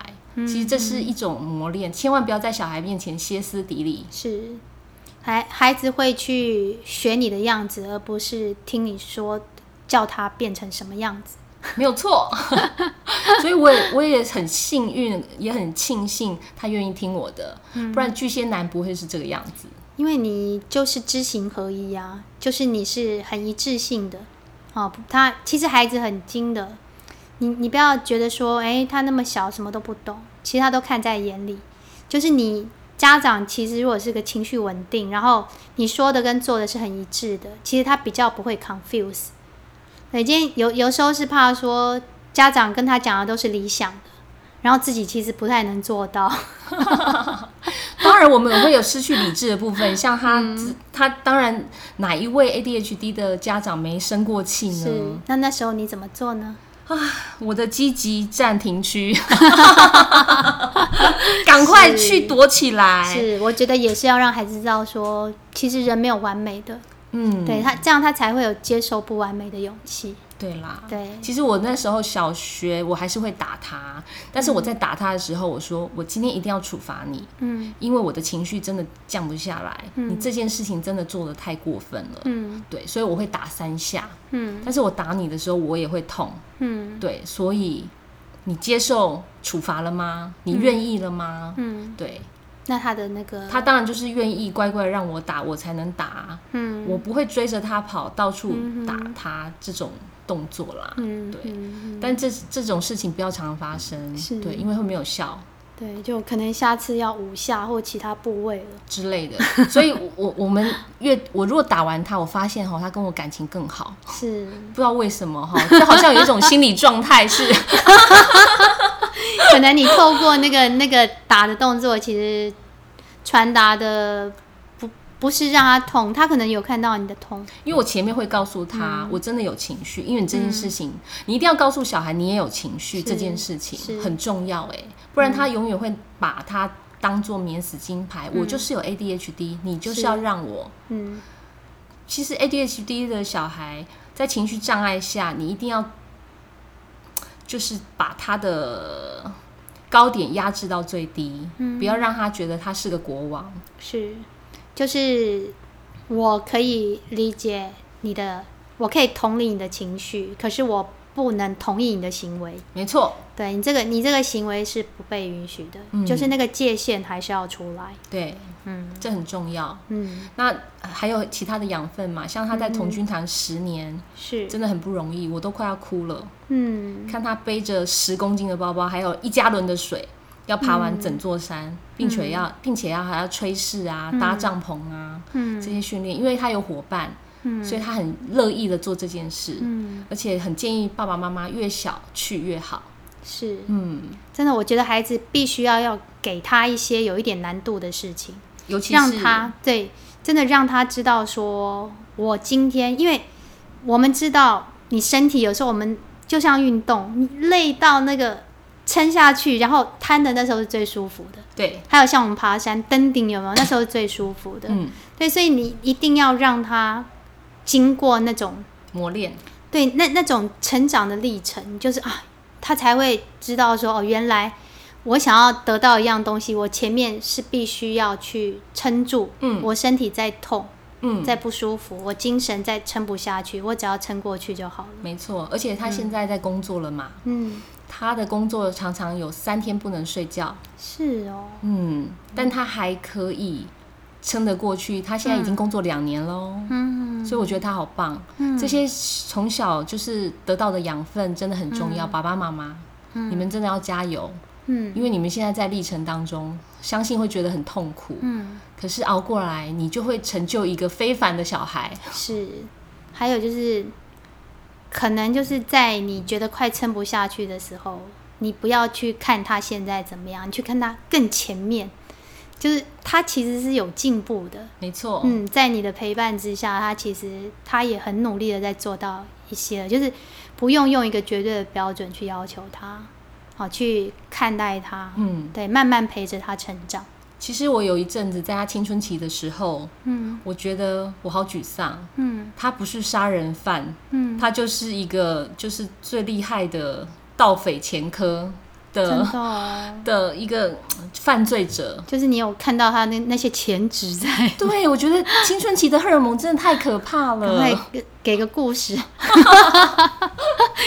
Speaker 2: 其实这是一种磨练，千万不要在小孩面前歇斯底里。
Speaker 1: 是。孩孩子会去学你的样子，而不是听你说叫他变成什么样子。
Speaker 2: 没有错， 所以我也我也很幸运，也很庆幸他愿意听我的，
Speaker 1: 嗯
Speaker 2: 不然巨蟹男不会是这个样子。
Speaker 1: 因为你就是知行合一啊，就是你是很一致性的哦。不他其实孩子很精的，你你不要觉得说，哎，他那么小什么都不懂，其实他都看在眼里。就是你家长其实如果是个情绪稳定，然后你说的跟做的是很一致的，其实他比较不会 confuse。对，今天有有时候是怕说家长跟他讲的都是理想的，然后自己其实不太能做到。
Speaker 2: 当然，我们也会有失去理智的部分，像他，
Speaker 1: 嗯
Speaker 2: 他当然哪一位 ADHD 的家长没生过气
Speaker 1: 是
Speaker 2: 呢？，
Speaker 1: 那那时候你怎么做呢？
Speaker 2: 我的积极暂停区， 赶快去躲起来。
Speaker 1: 是，我觉得也是要让孩子知道说，其实人没有完美的，
Speaker 2: 嗯，
Speaker 1: 对他这样他才会有接受不完美的勇气。
Speaker 2: 对啦，
Speaker 1: 对
Speaker 2: 其实我那时候小学我还是会打他，但是我在打他的时候，我说我今天一定要处罚你，
Speaker 1: 嗯
Speaker 2: 因为我的情绪真的降不下来，你这件事情真的做的太过分了。
Speaker 1: 嗯
Speaker 2: 对，所以我会打三下，
Speaker 1: 嗯
Speaker 2: 但是我打你的时候我也会痛，
Speaker 1: 嗯
Speaker 2: 对，所以你接受处罚了吗？你愿意了吗？
Speaker 1: 嗯，
Speaker 2: 对
Speaker 1: 那他的那个
Speaker 2: 他当然就是愿意乖乖让我打，我才能打，
Speaker 1: 嗯
Speaker 2: 我不会追着他跑到处打他这种动作啦。
Speaker 1: 嗯
Speaker 2: 对
Speaker 1: 嗯
Speaker 2: 但这这种事情不要常发生
Speaker 1: 是，
Speaker 2: 对，因为会没有效
Speaker 1: 对，就可能下次要五下或其他部位了。
Speaker 2: 之类的。所以我，我我们越我如果打完他，我发现哈、他跟我感情更好，
Speaker 1: 是，
Speaker 2: 不知道为什么哈、 就好像有一种心理状态是
Speaker 1: 可能你透过那个那个打的动作，其实传达的不不是让他痛，他可能有看到你的痛。
Speaker 2: 因为我前面会告诉他、
Speaker 1: 嗯
Speaker 2: 我真的有情绪，因为你这件事情，你一定要告诉小孩你也有情绪，这件事
Speaker 1: 是嗯
Speaker 2: 情很重要哎，不然他永远会把他当做免死金牌。我就是有 ADHD，你就是要让我
Speaker 1: 嗯
Speaker 2: 其实 ADHD 的小孩在情绪障碍下，你一定要就是把他的高点压制到最低，
Speaker 1: 嗯
Speaker 2: 不要让他觉得他是个国王。
Speaker 1: 是，就是我可以理解你的，我可以同理你的情绪，可是我不能同意你的行为。
Speaker 2: 没错，
Speaker 1: 对你这个，你这个行为是不被允许的，就是那个界限还是要出来。
Speaker 2: 对，
Speaker 1: 嗯
Speaker 2: 这很重要。
Speaker 1: 嗯，
Speaker 2: 那还有其他的养分嘛？像他在童军堂十
Speaker 1: 嗯
Speaker 2: 年，
Speaker 1: 是，
Speaker 2: 真的很不容易，我都快要哭了。
Speaker 1: 嗯
Speaker 2: 看他背着十公斤的包包，还有一加仑的水，要爬完整座山，
Speaker 1: 嗯
Speaker 2: 并且要，并且要还要炊事啊、搭帐篷啊这
Speaker 1: 嗯
Speaker 2: 些训练，因为他有伙伴，
Speaker 1: 嗯
Speaker 2: 所以他很乐意的做这件事，
Speaker 1: 嗯，
Speaker 2: 而且很建议爸爸妈妈越小去越好。
Speaker 1: 是。
Speaker 2: 嗯，
Speaker 1: 真的，我觉得孩子必须要要给他一些有一点难度的事情，
Speaker 2: 尤其
Speaker 1: 让
Speaker 2: 是
Speaker 1: 他对真的让他知道说，我今天因为我们知道你身体有时候我们就像运动，你累到那个撑下去，然后瘫的那时候是最舒服的。
Speaker 2: 对，
Speaker 1: 还有像我们爬山登顶有没有？那时候是最舒服的。
Speaker 2: 嗯，
Speaker 1: 对，所以你一定要让他经过那种
Speaker 2: 磨练，
Speaker 1: 对，那那种成长的历程，就是啊，他才会知道说，哦，原来我想要得到一样东西，我前面是必须要去撑住，
Speaker 2: 嗯
Speaker 1: 我身体在痛，
Speaker 2: 嗯，
Speaker 1: 在不舒服，我精神在撑不下去，我只要撑过去就好了。
Speaker 2: 没错，而且他现在在工作了嘛，
Speaker 1: 嗯，
Speaker 2: 他的工作常常有三天不能睡觉，
Speaker 1: 是哦，
Speaker 2: 嗯，但他还可以撑得过去。他现在已经工作两年喽，
Speaker 1: 嗯，
Speaker 2: 所以我觉得他好棒。
Speaker 1: 嗯
Speaker 2: 这些从小就是得到的养分真的很重要，爸爸妈妈，
Speaker 1: 嗯
Speaker 2: 你们真的要加油，
Speaker 1: 嗯
Speaker 2: 因为你们现在在历程当中，相信会觉得很痛苦，
Speaker 1: 嗯，
Speaker 2: 可是熬过来，你就会成就一个非凡的小孩。
Speaker 1: 是，还有就是，可能就是在你觉得快撑不下去的时候，你不要去看他现在怎么样，你去看他更前面，就是他其实是有进步的。
Speaker 2: 没错，
Speaker 1: 嗯，在你的陪伴之下，他其实他也很努力的在做到一些了，就是不用用一个绝对的标准去要求他，好去看待他，
Speaker 2: 嗯，
Speaker 1: 对，慢慢陪着他成长。
Speaker 2: 其实我有一阵子在他青春期的时候，
Speaker 1: 嗯
Speaker 2: 我觉得我好沮丧。
Speaker 1: 嗯
Speaker 2: 他不是杀人犯，
Speaker 1: 嗯，
Speaker 2: 他就是一个就是最厉害的盗匪前科
Speaker 1: 真
Speaker 2: 的
Speaker 1: 的哦、
Speaker 2: 的一个嗯犯罪者。
Speaker 1: 就是你有看到他那那些潜质在。
Speaker 2: 对，我觉得青春期的荷尔蒙真的太可怕
Speaker 1: 赶快
Speaker 2: 了。
Speaker 1: 给 给个故事，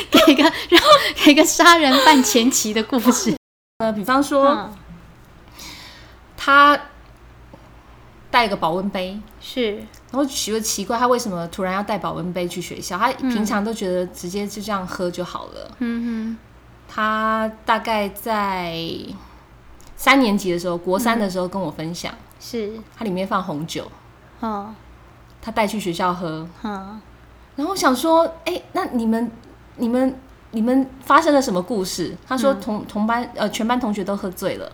Speaker 1: 给个让给个杀人犯前期的故事。
Speaker 2: 呃，比方说、
Speaker 1: 嗯，
Speaker 2: 他带个保温杯，
Speaker 1: 是，
Speaker 2: 然后觉得奇怪，他为什么突然要带保温杯去学校？他平常都觉得直接就这样喝就好了。
Speaker 1: 嗯
Speaker 2: 他大概在三年级的时候，国三的时候跟我分享，
Speaker 1: 哼，是，
Speaker 2: 它里面放红酒，
Speaker 1: 嗯
Speaker 2: 他带去学校喝，
Speaker 1: 嗯
Speaker 2: 然后我想说，哎、那你们、你们、你们发生了什么故事？他说
Speaker 1: 嗯
Speaker 2: 同、同班呃全班同学都喝 醉了。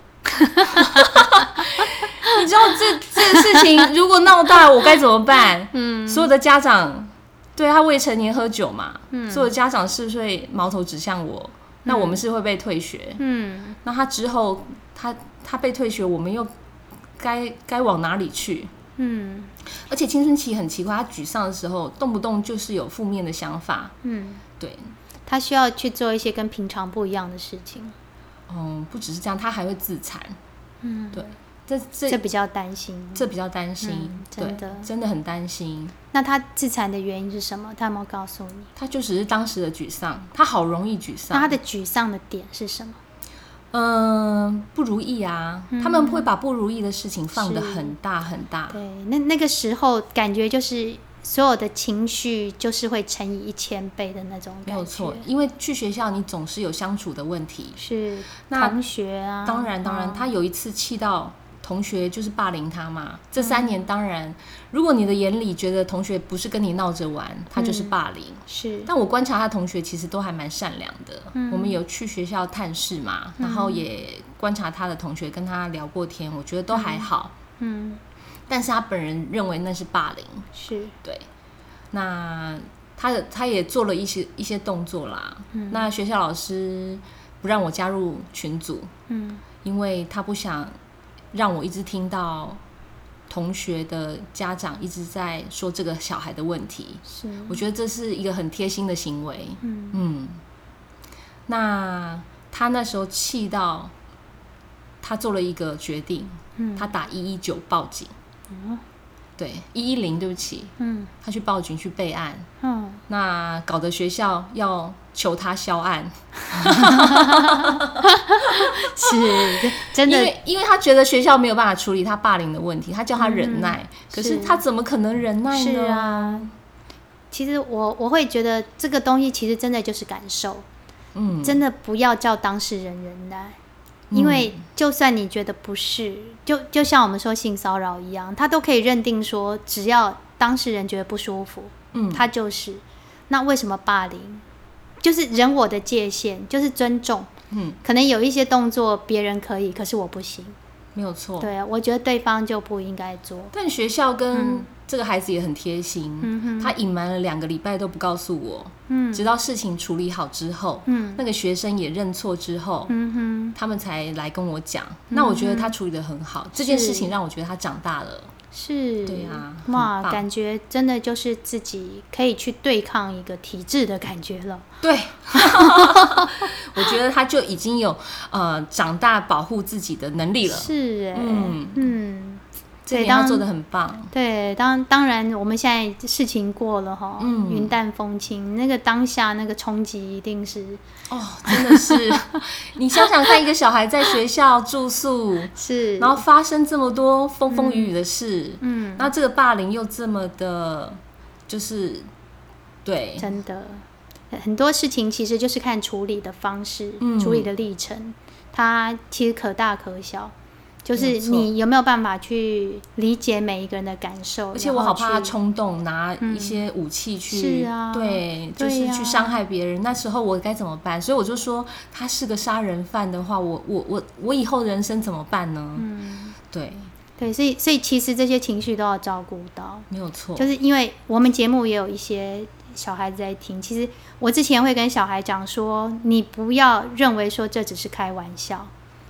Speaker 2: 你知道这这事情如果闹大，我该怎么办？
Speaker 1: 嗯
Speaker 2: 所有的家长对他未成年喝酒嘛，
Speaker 1: 嗯
Speaker 2: 所有的家长是不是会矛头指向我？那我们是会被退学。
Speaker 1: 嗯，
Speaker 2: 那他之后，他他被退学，我们又该该往哪里去？
Speaker 1: 嗯
Speaker 2: 而且青春期很奇怪，他沮丧的时候，动不动就是有负面的想法。
Speaker 1: 嗯，
Speaker 2: 对，
Speaker 1: 他需要去做一些跟平常不一样的事情，
Speaker 2: 嗯，不只是这样，他还会自残。
Speaker 1: 嗯，
Speaker 2: 对，这这
Speaker 1: 这
Speaker 2: 这
Speaker 1: 比较担心。
Speaker 2: 比较担心，
Speaker 1: 嗯
Speaker 2: 对，
Speaker 1: 真的
Speaker 2: 真的很担心。
Speaker 1: 那他自残的原因是什么？他有没有告诉你？
Speaker 2: 他就只是当时的沮丧，他好容易沮
Speaker 1: 那
Speaker 2: 丧。
Speaker 1: 他的沮丧的点是什么？
Speaker 2: 嗯、不如意啊，他们会把不如意的事情放得
Speaker 1: 嗯是
Speaker 2: 很大很大。
Speaker 1: 对，那那个时候感觉就是所有的情绪就是会乘以一千倍的那种感觉，
Speaker 2: 没有错，因为去学校你总是有相处的问题。
Speaker 1: 是
Speaker 2: 那
Speaker 1: 同学啊，
Speaker 2: 当然，当然，他有一次气到同学就是霸凌他嘛。这三年，当然，如果你的眼里觉得同学不是跟你闹着玩，他就是霸凌。
Speaker 1: 是
Speaker 2: 但我观察他同学其实都还蛮善良的。我们有去学校探视嘛，然后也观察他的同学，跟他聊过天，我觉得都还好。
Speaker 1: 嗯
Speaker 2: 但是他本人认为那是霸凌，
Speaker 1: 是
Speaker 2: 对。那他的他也做了一些一些动作啦。
Speaker 1: 嗯
Speaker 2: 那学校老师不让我加入群组，
Speaker 1: 嗯
Speaker 2: 因为他不想让我一直听到同学的家长一直在说这个小孩的问题。
Speaker 1: 是
Speaker 2: 我觉得这是一个很贴心的行为。
Speaker 1: 嗯
Speaker 2: 嗯，那他那时候气到他做了一个决定，
Speaker 1: 嗯
Speaker 2: 他打一一九报警，
Speaker 1: 哦
Speaker 2: 对，一一零，对不起，
Speaker 1: 嗯
Speaker 2: 他去报警去备案，
Speaker 1: 嗯，
Speaker 2: 那搞得学校要求他销案，
Speaker 1: 是 真
Speaker 2: 因
Speaker 1: 的
Speaker 2: 为因为他觉得学校没有办法处理他霸凌的问题，他叫他忍耐，可是
Speaker 1: 嗯是
Speaker 2: 他怎么可能忍耐呢？
Speaker 1: 是啊。其实我我会觉得这个东西其实真的就是感受，
Speaker 2: 嗯，
Speaker 1: 真的不要叫当事人忍耐，因为就算你觉得不是，就就像我们说性骚扰一样，他都可以认定说，只要当事人觉得不舒服，
Speaker 2: 嗯
Speaker 1: 他就是。那为什么霸凌？就是人我的界限，就是尊重。
Speaker 2: 嗯，
Speaker 1: 可能有一些动作别人可以，可是我不行。
Speaker 2: 没有错。
Speaker 1: 对，啊我觉得对方就不应该做。
Speaker 2: 但学校跟
Speaker 1: 嗯
Speaker 2: 这个孩子也很贴心，他隐瞒了两个礼拜都不告诉我，
Speaker 1: 嗯
Speaker 2: 直到事情处理好之后，
Speaker 1: 嗯
Speaker 2: 那个学生也认错之后，
Speaker 1: 嗯哼，
Speaker 2: 他们才来跟我讲。那我觉得他处理的很好，这件事情让我觉得他长大了。
Speaker 1: 是。
Speaker 2: 对啊很
Speaker 1: 哇，
Speaker 2: 棒
Speaker 1: 感觉真的就是自己可以去对抗一个体制的感觉了。
Speaker 2: 对，我觉得他就已经有呃长大保护自己的能力了。
Speaker 1: 是哎、
Speaker 2: 嗯
Speaker 1: 嗯，
Speaker 2: 这
Speaker 1: 对，
Speaker 2: 点他
Speaker 1: 当
Speaker 2: 做的很棒。
Speaker 1: 对，当当然，我们现在事情过了哈，
Speaker 2: 嗯
Speaker 1: 云淡风轻，那个当下那个冲击一定是
Speaker 2: 哦，真的 是，你想想看，一个小孩在学校住宿，
Speaker 1: 是，
Speaker 2: 然后发生这么多风风雨雨的事，
Speaker 1: 嗯，
Speaker 2: 那这个霸凌又这么的，就是对，
Speaker 1: 真的很多事情其实就是看处理的方式，
Speaker 2: 嗯
Speaker 1: 处理的历程，它其实可大可小。就是
Speaker 2: 没错
Speaker 1: 你有没有办法去理解每一个人的感受？
Speaker 2: 而且
Speaker 1: 然
Speaker 2: 我
Speaker 1: 后
Speaker 2: 好怕他
Speaker 1: 去嗯
Speaker 2: 冲动拿一些武器去，
Speaker 1: 是啊
Speaker 2: 对，就是
Speaker 1: 对啊
Speaker 2: 去伤害别人。那时候我该怎么办？所以我就说，他是个杀人犯的话，我我我我以后人生怎么办呢？嗯，对，
Speaker 1: 对，所以所以其实这些情绪都要照顾到。
Speaker 2: 没有错，
Speaker 1: 就是因为我们节目也有一些小孩子在听，其实我之前会跟小孩讲说，你不要认为说这只是开玩笑。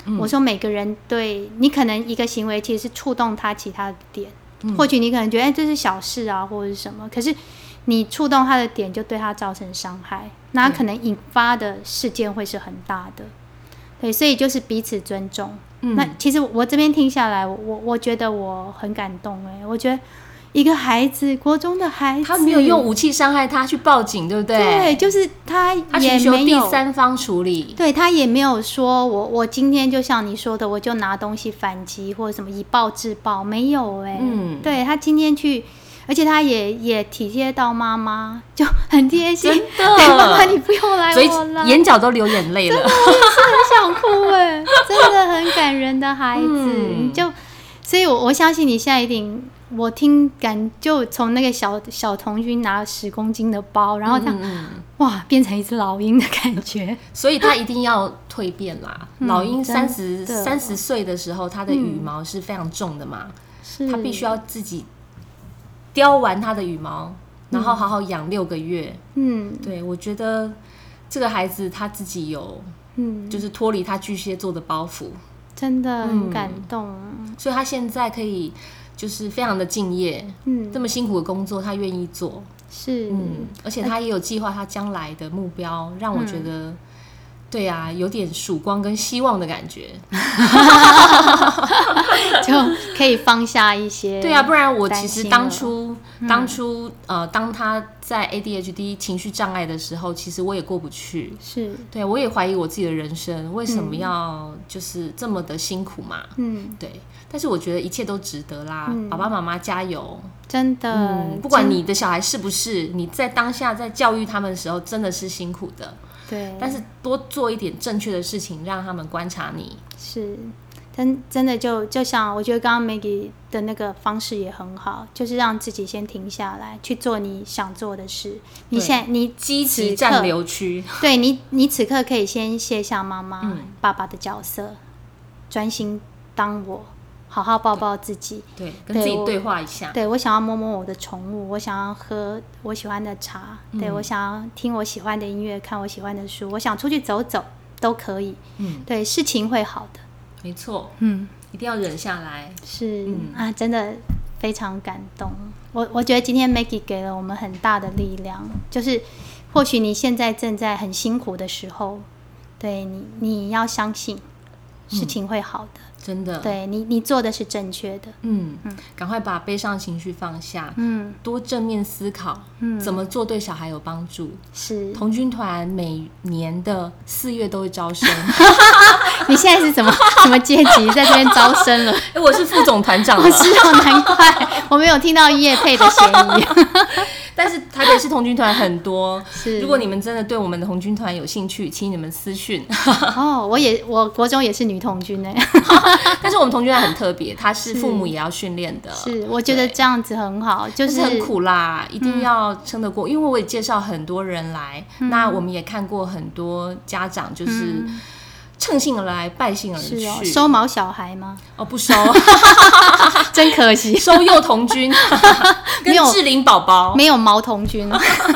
Speaker 2: 嗯
Speaker 1: 我说每个人对你可能一个行为其实是触动他其他的点，
Speaker 2: 嗯
Speaker 1: 或许你可能觉得哎、这是小事啊或者是什么，可是你触动他的点就对他造成伤害，那可能引发的事件会是很大的。对，所以就是彼此尊重。
Speaker 2: 嗯
Speaker 1: 那其实我这边听下来，我我我觉得我很感动哎、我觉得一个孩子，国中的孩子，
Speaker 2: 他没有用武器伤害他，去报警，对不对？
Speaker 1: 对，就是他
Speaker 2: 他
Speaker 1: 也
Speaker 2: 寻求
Speaker 1: 没
Speaker 2: 第
Speaker 1: 有，
Speaker 2: 三方处理，
Speaker 1: 对他也没有说我我今天就像你说的，我就拿东西反击或者什么以暴制暴，没有哎、
Speaker 2: 嗯
Speaker 1: 对他今天去。而且他也也体贴到妈妈，就很贴心。
Speaker 2: 真的
Speaker 1: 对妈妈，你不用来
Speaker 2: 所以
Speaker 1: 哎我啦。
Speaker 2: 眼角都流眼泪了。
Speaker 1: 很想 哭哎，真的很感人的孩子，
Speaker 2: 嗯
Speaker 1: 你就，所以我我相信你现在一定，我听感就从那个小小童军拿十公斤的包，然后这样、
Speaker 2: 嗯嗯
Speaker 1: 哇变成一只老鹰的感觉，
Speaker 2: 所以他一定要蜕变啦。老鹰三十
Speaker 1: 嗯真的嗯
Speaker 2: 三十岁的时候，它的羽毛是非常重的嘛，
Speaker 1: 是
Speaker 2: 它必须要自己雕完它的羽毛，然后好好养六个月。
Speaker 1: 嗯
Speaker 2: 对我觉得这个孩子他自己有，
Speaker 1: 嗯，
Speaker 2: 就是脱离他巨蟹座的包袱，
Speaker 1: 真的很感动，啊
Speaker 2: 所以他现在可以就是非常的敬业。
Speaker 1: 嗯
Speaker 2: 这么辛苦的工作，他愿意做，
Speaker 1: 是
Speaker 2: 嗯，而且他也有计划他将来的目标，让我觉得，对啊，有点曙光跟希望的感觉。
Speaker 1: 就可以放下一些，
Speaker 2: 对啊，不然我其
Speaker 1: 担
Speaker 2: 实
Speaker 1: 心
Speaker 2: 当
Speaker 1: 了嗯
Speaker 2: 初、当初呃，当他在 ADHD 情绪障碍的时候，其实我也过不去。
Speaker 1: 是
Speaker 2: 对，我也怀疑我自己的人生为什么要就是这么的辛苦嘛？
Speaker 1: 嗯
Speaker 2: 对，但是我觉得一切都值得啦，
Speaker 1: 嗯
Speaker 2: 爸爸妈妈加油！
Speaker 1: 真的，
Speaker 2: 嗯，不管你的小孩是不是，你在当下在教育他们的时候真的是辛苦的，
Speaker 1: 对，
Speaker 2: 但是多做一点正确的事情，让他们观察你。
Speaker 1: 是，真真的就就像我觉得刚刚 Maggie 的那个方式也很好，就是让自己先停下来，去做你想做的事。你
Speaker 2: 对
Speaker 1: 现在你
Speaker 2: 积
Speaker 1: 此
Speaker 2: 极
Speaker 1: 刻
Speaker 2: 占留区，
Speaker 1: 对你你此刻可以先卸下妈妈、爸爸的角色，专心当我，好好抱抱自己。
Speaker 2: 对，跟自己
Speaker 1: 对我
Speaker 2: 对话一下。
Speaker 1: 对我想要摸摸我的宠物，我想要喝我喜欢的茶，对
Speaker 2: 嗯
Speaker 1: 我想要听我喜欢的音乐，看我喜欢的书，我想出去走走都可以。
Speaker 2: 嗯，
Speaker 1: 对，事情会好的。
Speaker 2: 没错，
Speaker 1: 嗯。
Speaker 2: 一定要忍下来。
Speaker 1: 是、
Speaker 2: 嗯
Speaker 1: 啊，真的非常感动。我我觉得今天 Maggie 给了我们很大的力量，就是或许你现在正在很辛苦的时候，对你你要相信，
Speaker 2: 嗯
Speaker 1: 事情会好的。
Speaker 2: 真的，
Speaker 1: 对你，你做的是正确的。
Speaker 2: 嗯，赶快把悲伤情绪放下，
Speaker 1: 嗯，
Speaker 2: 多正面思考，
Speaker 1: 嗯
Speaker 2: 怎么做对小孩有帮助。
Speaker 1: 是。
Speaker 2: 童军团每年的四月都会 招生，
Speaker 1: 你现在是怎 么什么阶级在这边招生了？
Speaker 2: 哎，我是副总团 长
Speaker 1: 我
Speaker 2: 了，
Speaker 1: 知道，难怪 我没有听到叶配的嫌疑。
Speaker 2: 但是台北市童军团很多。
Speaker 1: 是，
Speaker 2: 如果你们真的对我们的童军团有兴趣，请你们 私讯。
Speaker 1: 哦，我也我国中也是女童军呢、
Speaker 2: 哦但是我们童军团很特别，它是父母也要训练的，
Speaker 1: 是，我觉得这样子很好，就
Speaker 2: 但
Speaker 1: 是
Speaker 2: 是很苦啦，
Speaker 1: 嗯
Speaker 2: 一定要撑得过。因为我也介绍很多人来，
Speaker 1: 嗯
Speaker 2: 那我们也看过很多家长就是乘兴而来，败兴而
Speaker 1: 是
Speaker 2: 去。
Speaker 1: 哦，收毛小孩吗？
Speaker 2: 哦不收，
Speaker 1: 真可惜，
Speaker 2: 收幼童军，跟
Speaker 1: 没有
Speaker 2: 志玲宝宝
Speaker 1: 没有毛童 军。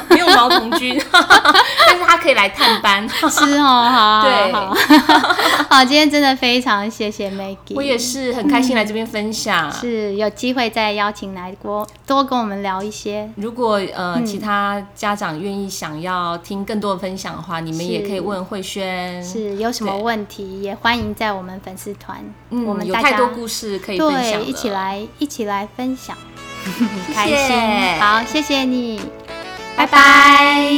Speaker 2: 没有毛童 军，但是他可以来探班。
Speaker 1: 是哦，好，
Speaker 2: 对
Speaker 1: 好， 好，今天真的非常谢谢 Maggie，
Speaker 2: 我也是很开心来这边分享。
Speaker 1: 嗯是有机会再邀请来多多跟我们聊一些。
Speaker 2: 如果
Speaker 1: 嗯
Speaker 2: 呃其他家长愿意想要听更多的分享的话，你们也可以问慧轩。
Speaker 1: 是有什么问题，也欢迎在我们粉丝团，
Speaker 2: 嗯，
Speaker 1: 我们
Speaker 2: 有
Speaker 1: 大
Speaker 2: 太
Speaker 1: 家
Speaker 2: 多故事可以分享
Speaker 1: 对
Speaker 2: 了
Speaker 1: 一起。来一起来分享，很
Speaker 2: 谢
Speaker 1: 开心。好，谢谢你，
Speaker 2: 拜拜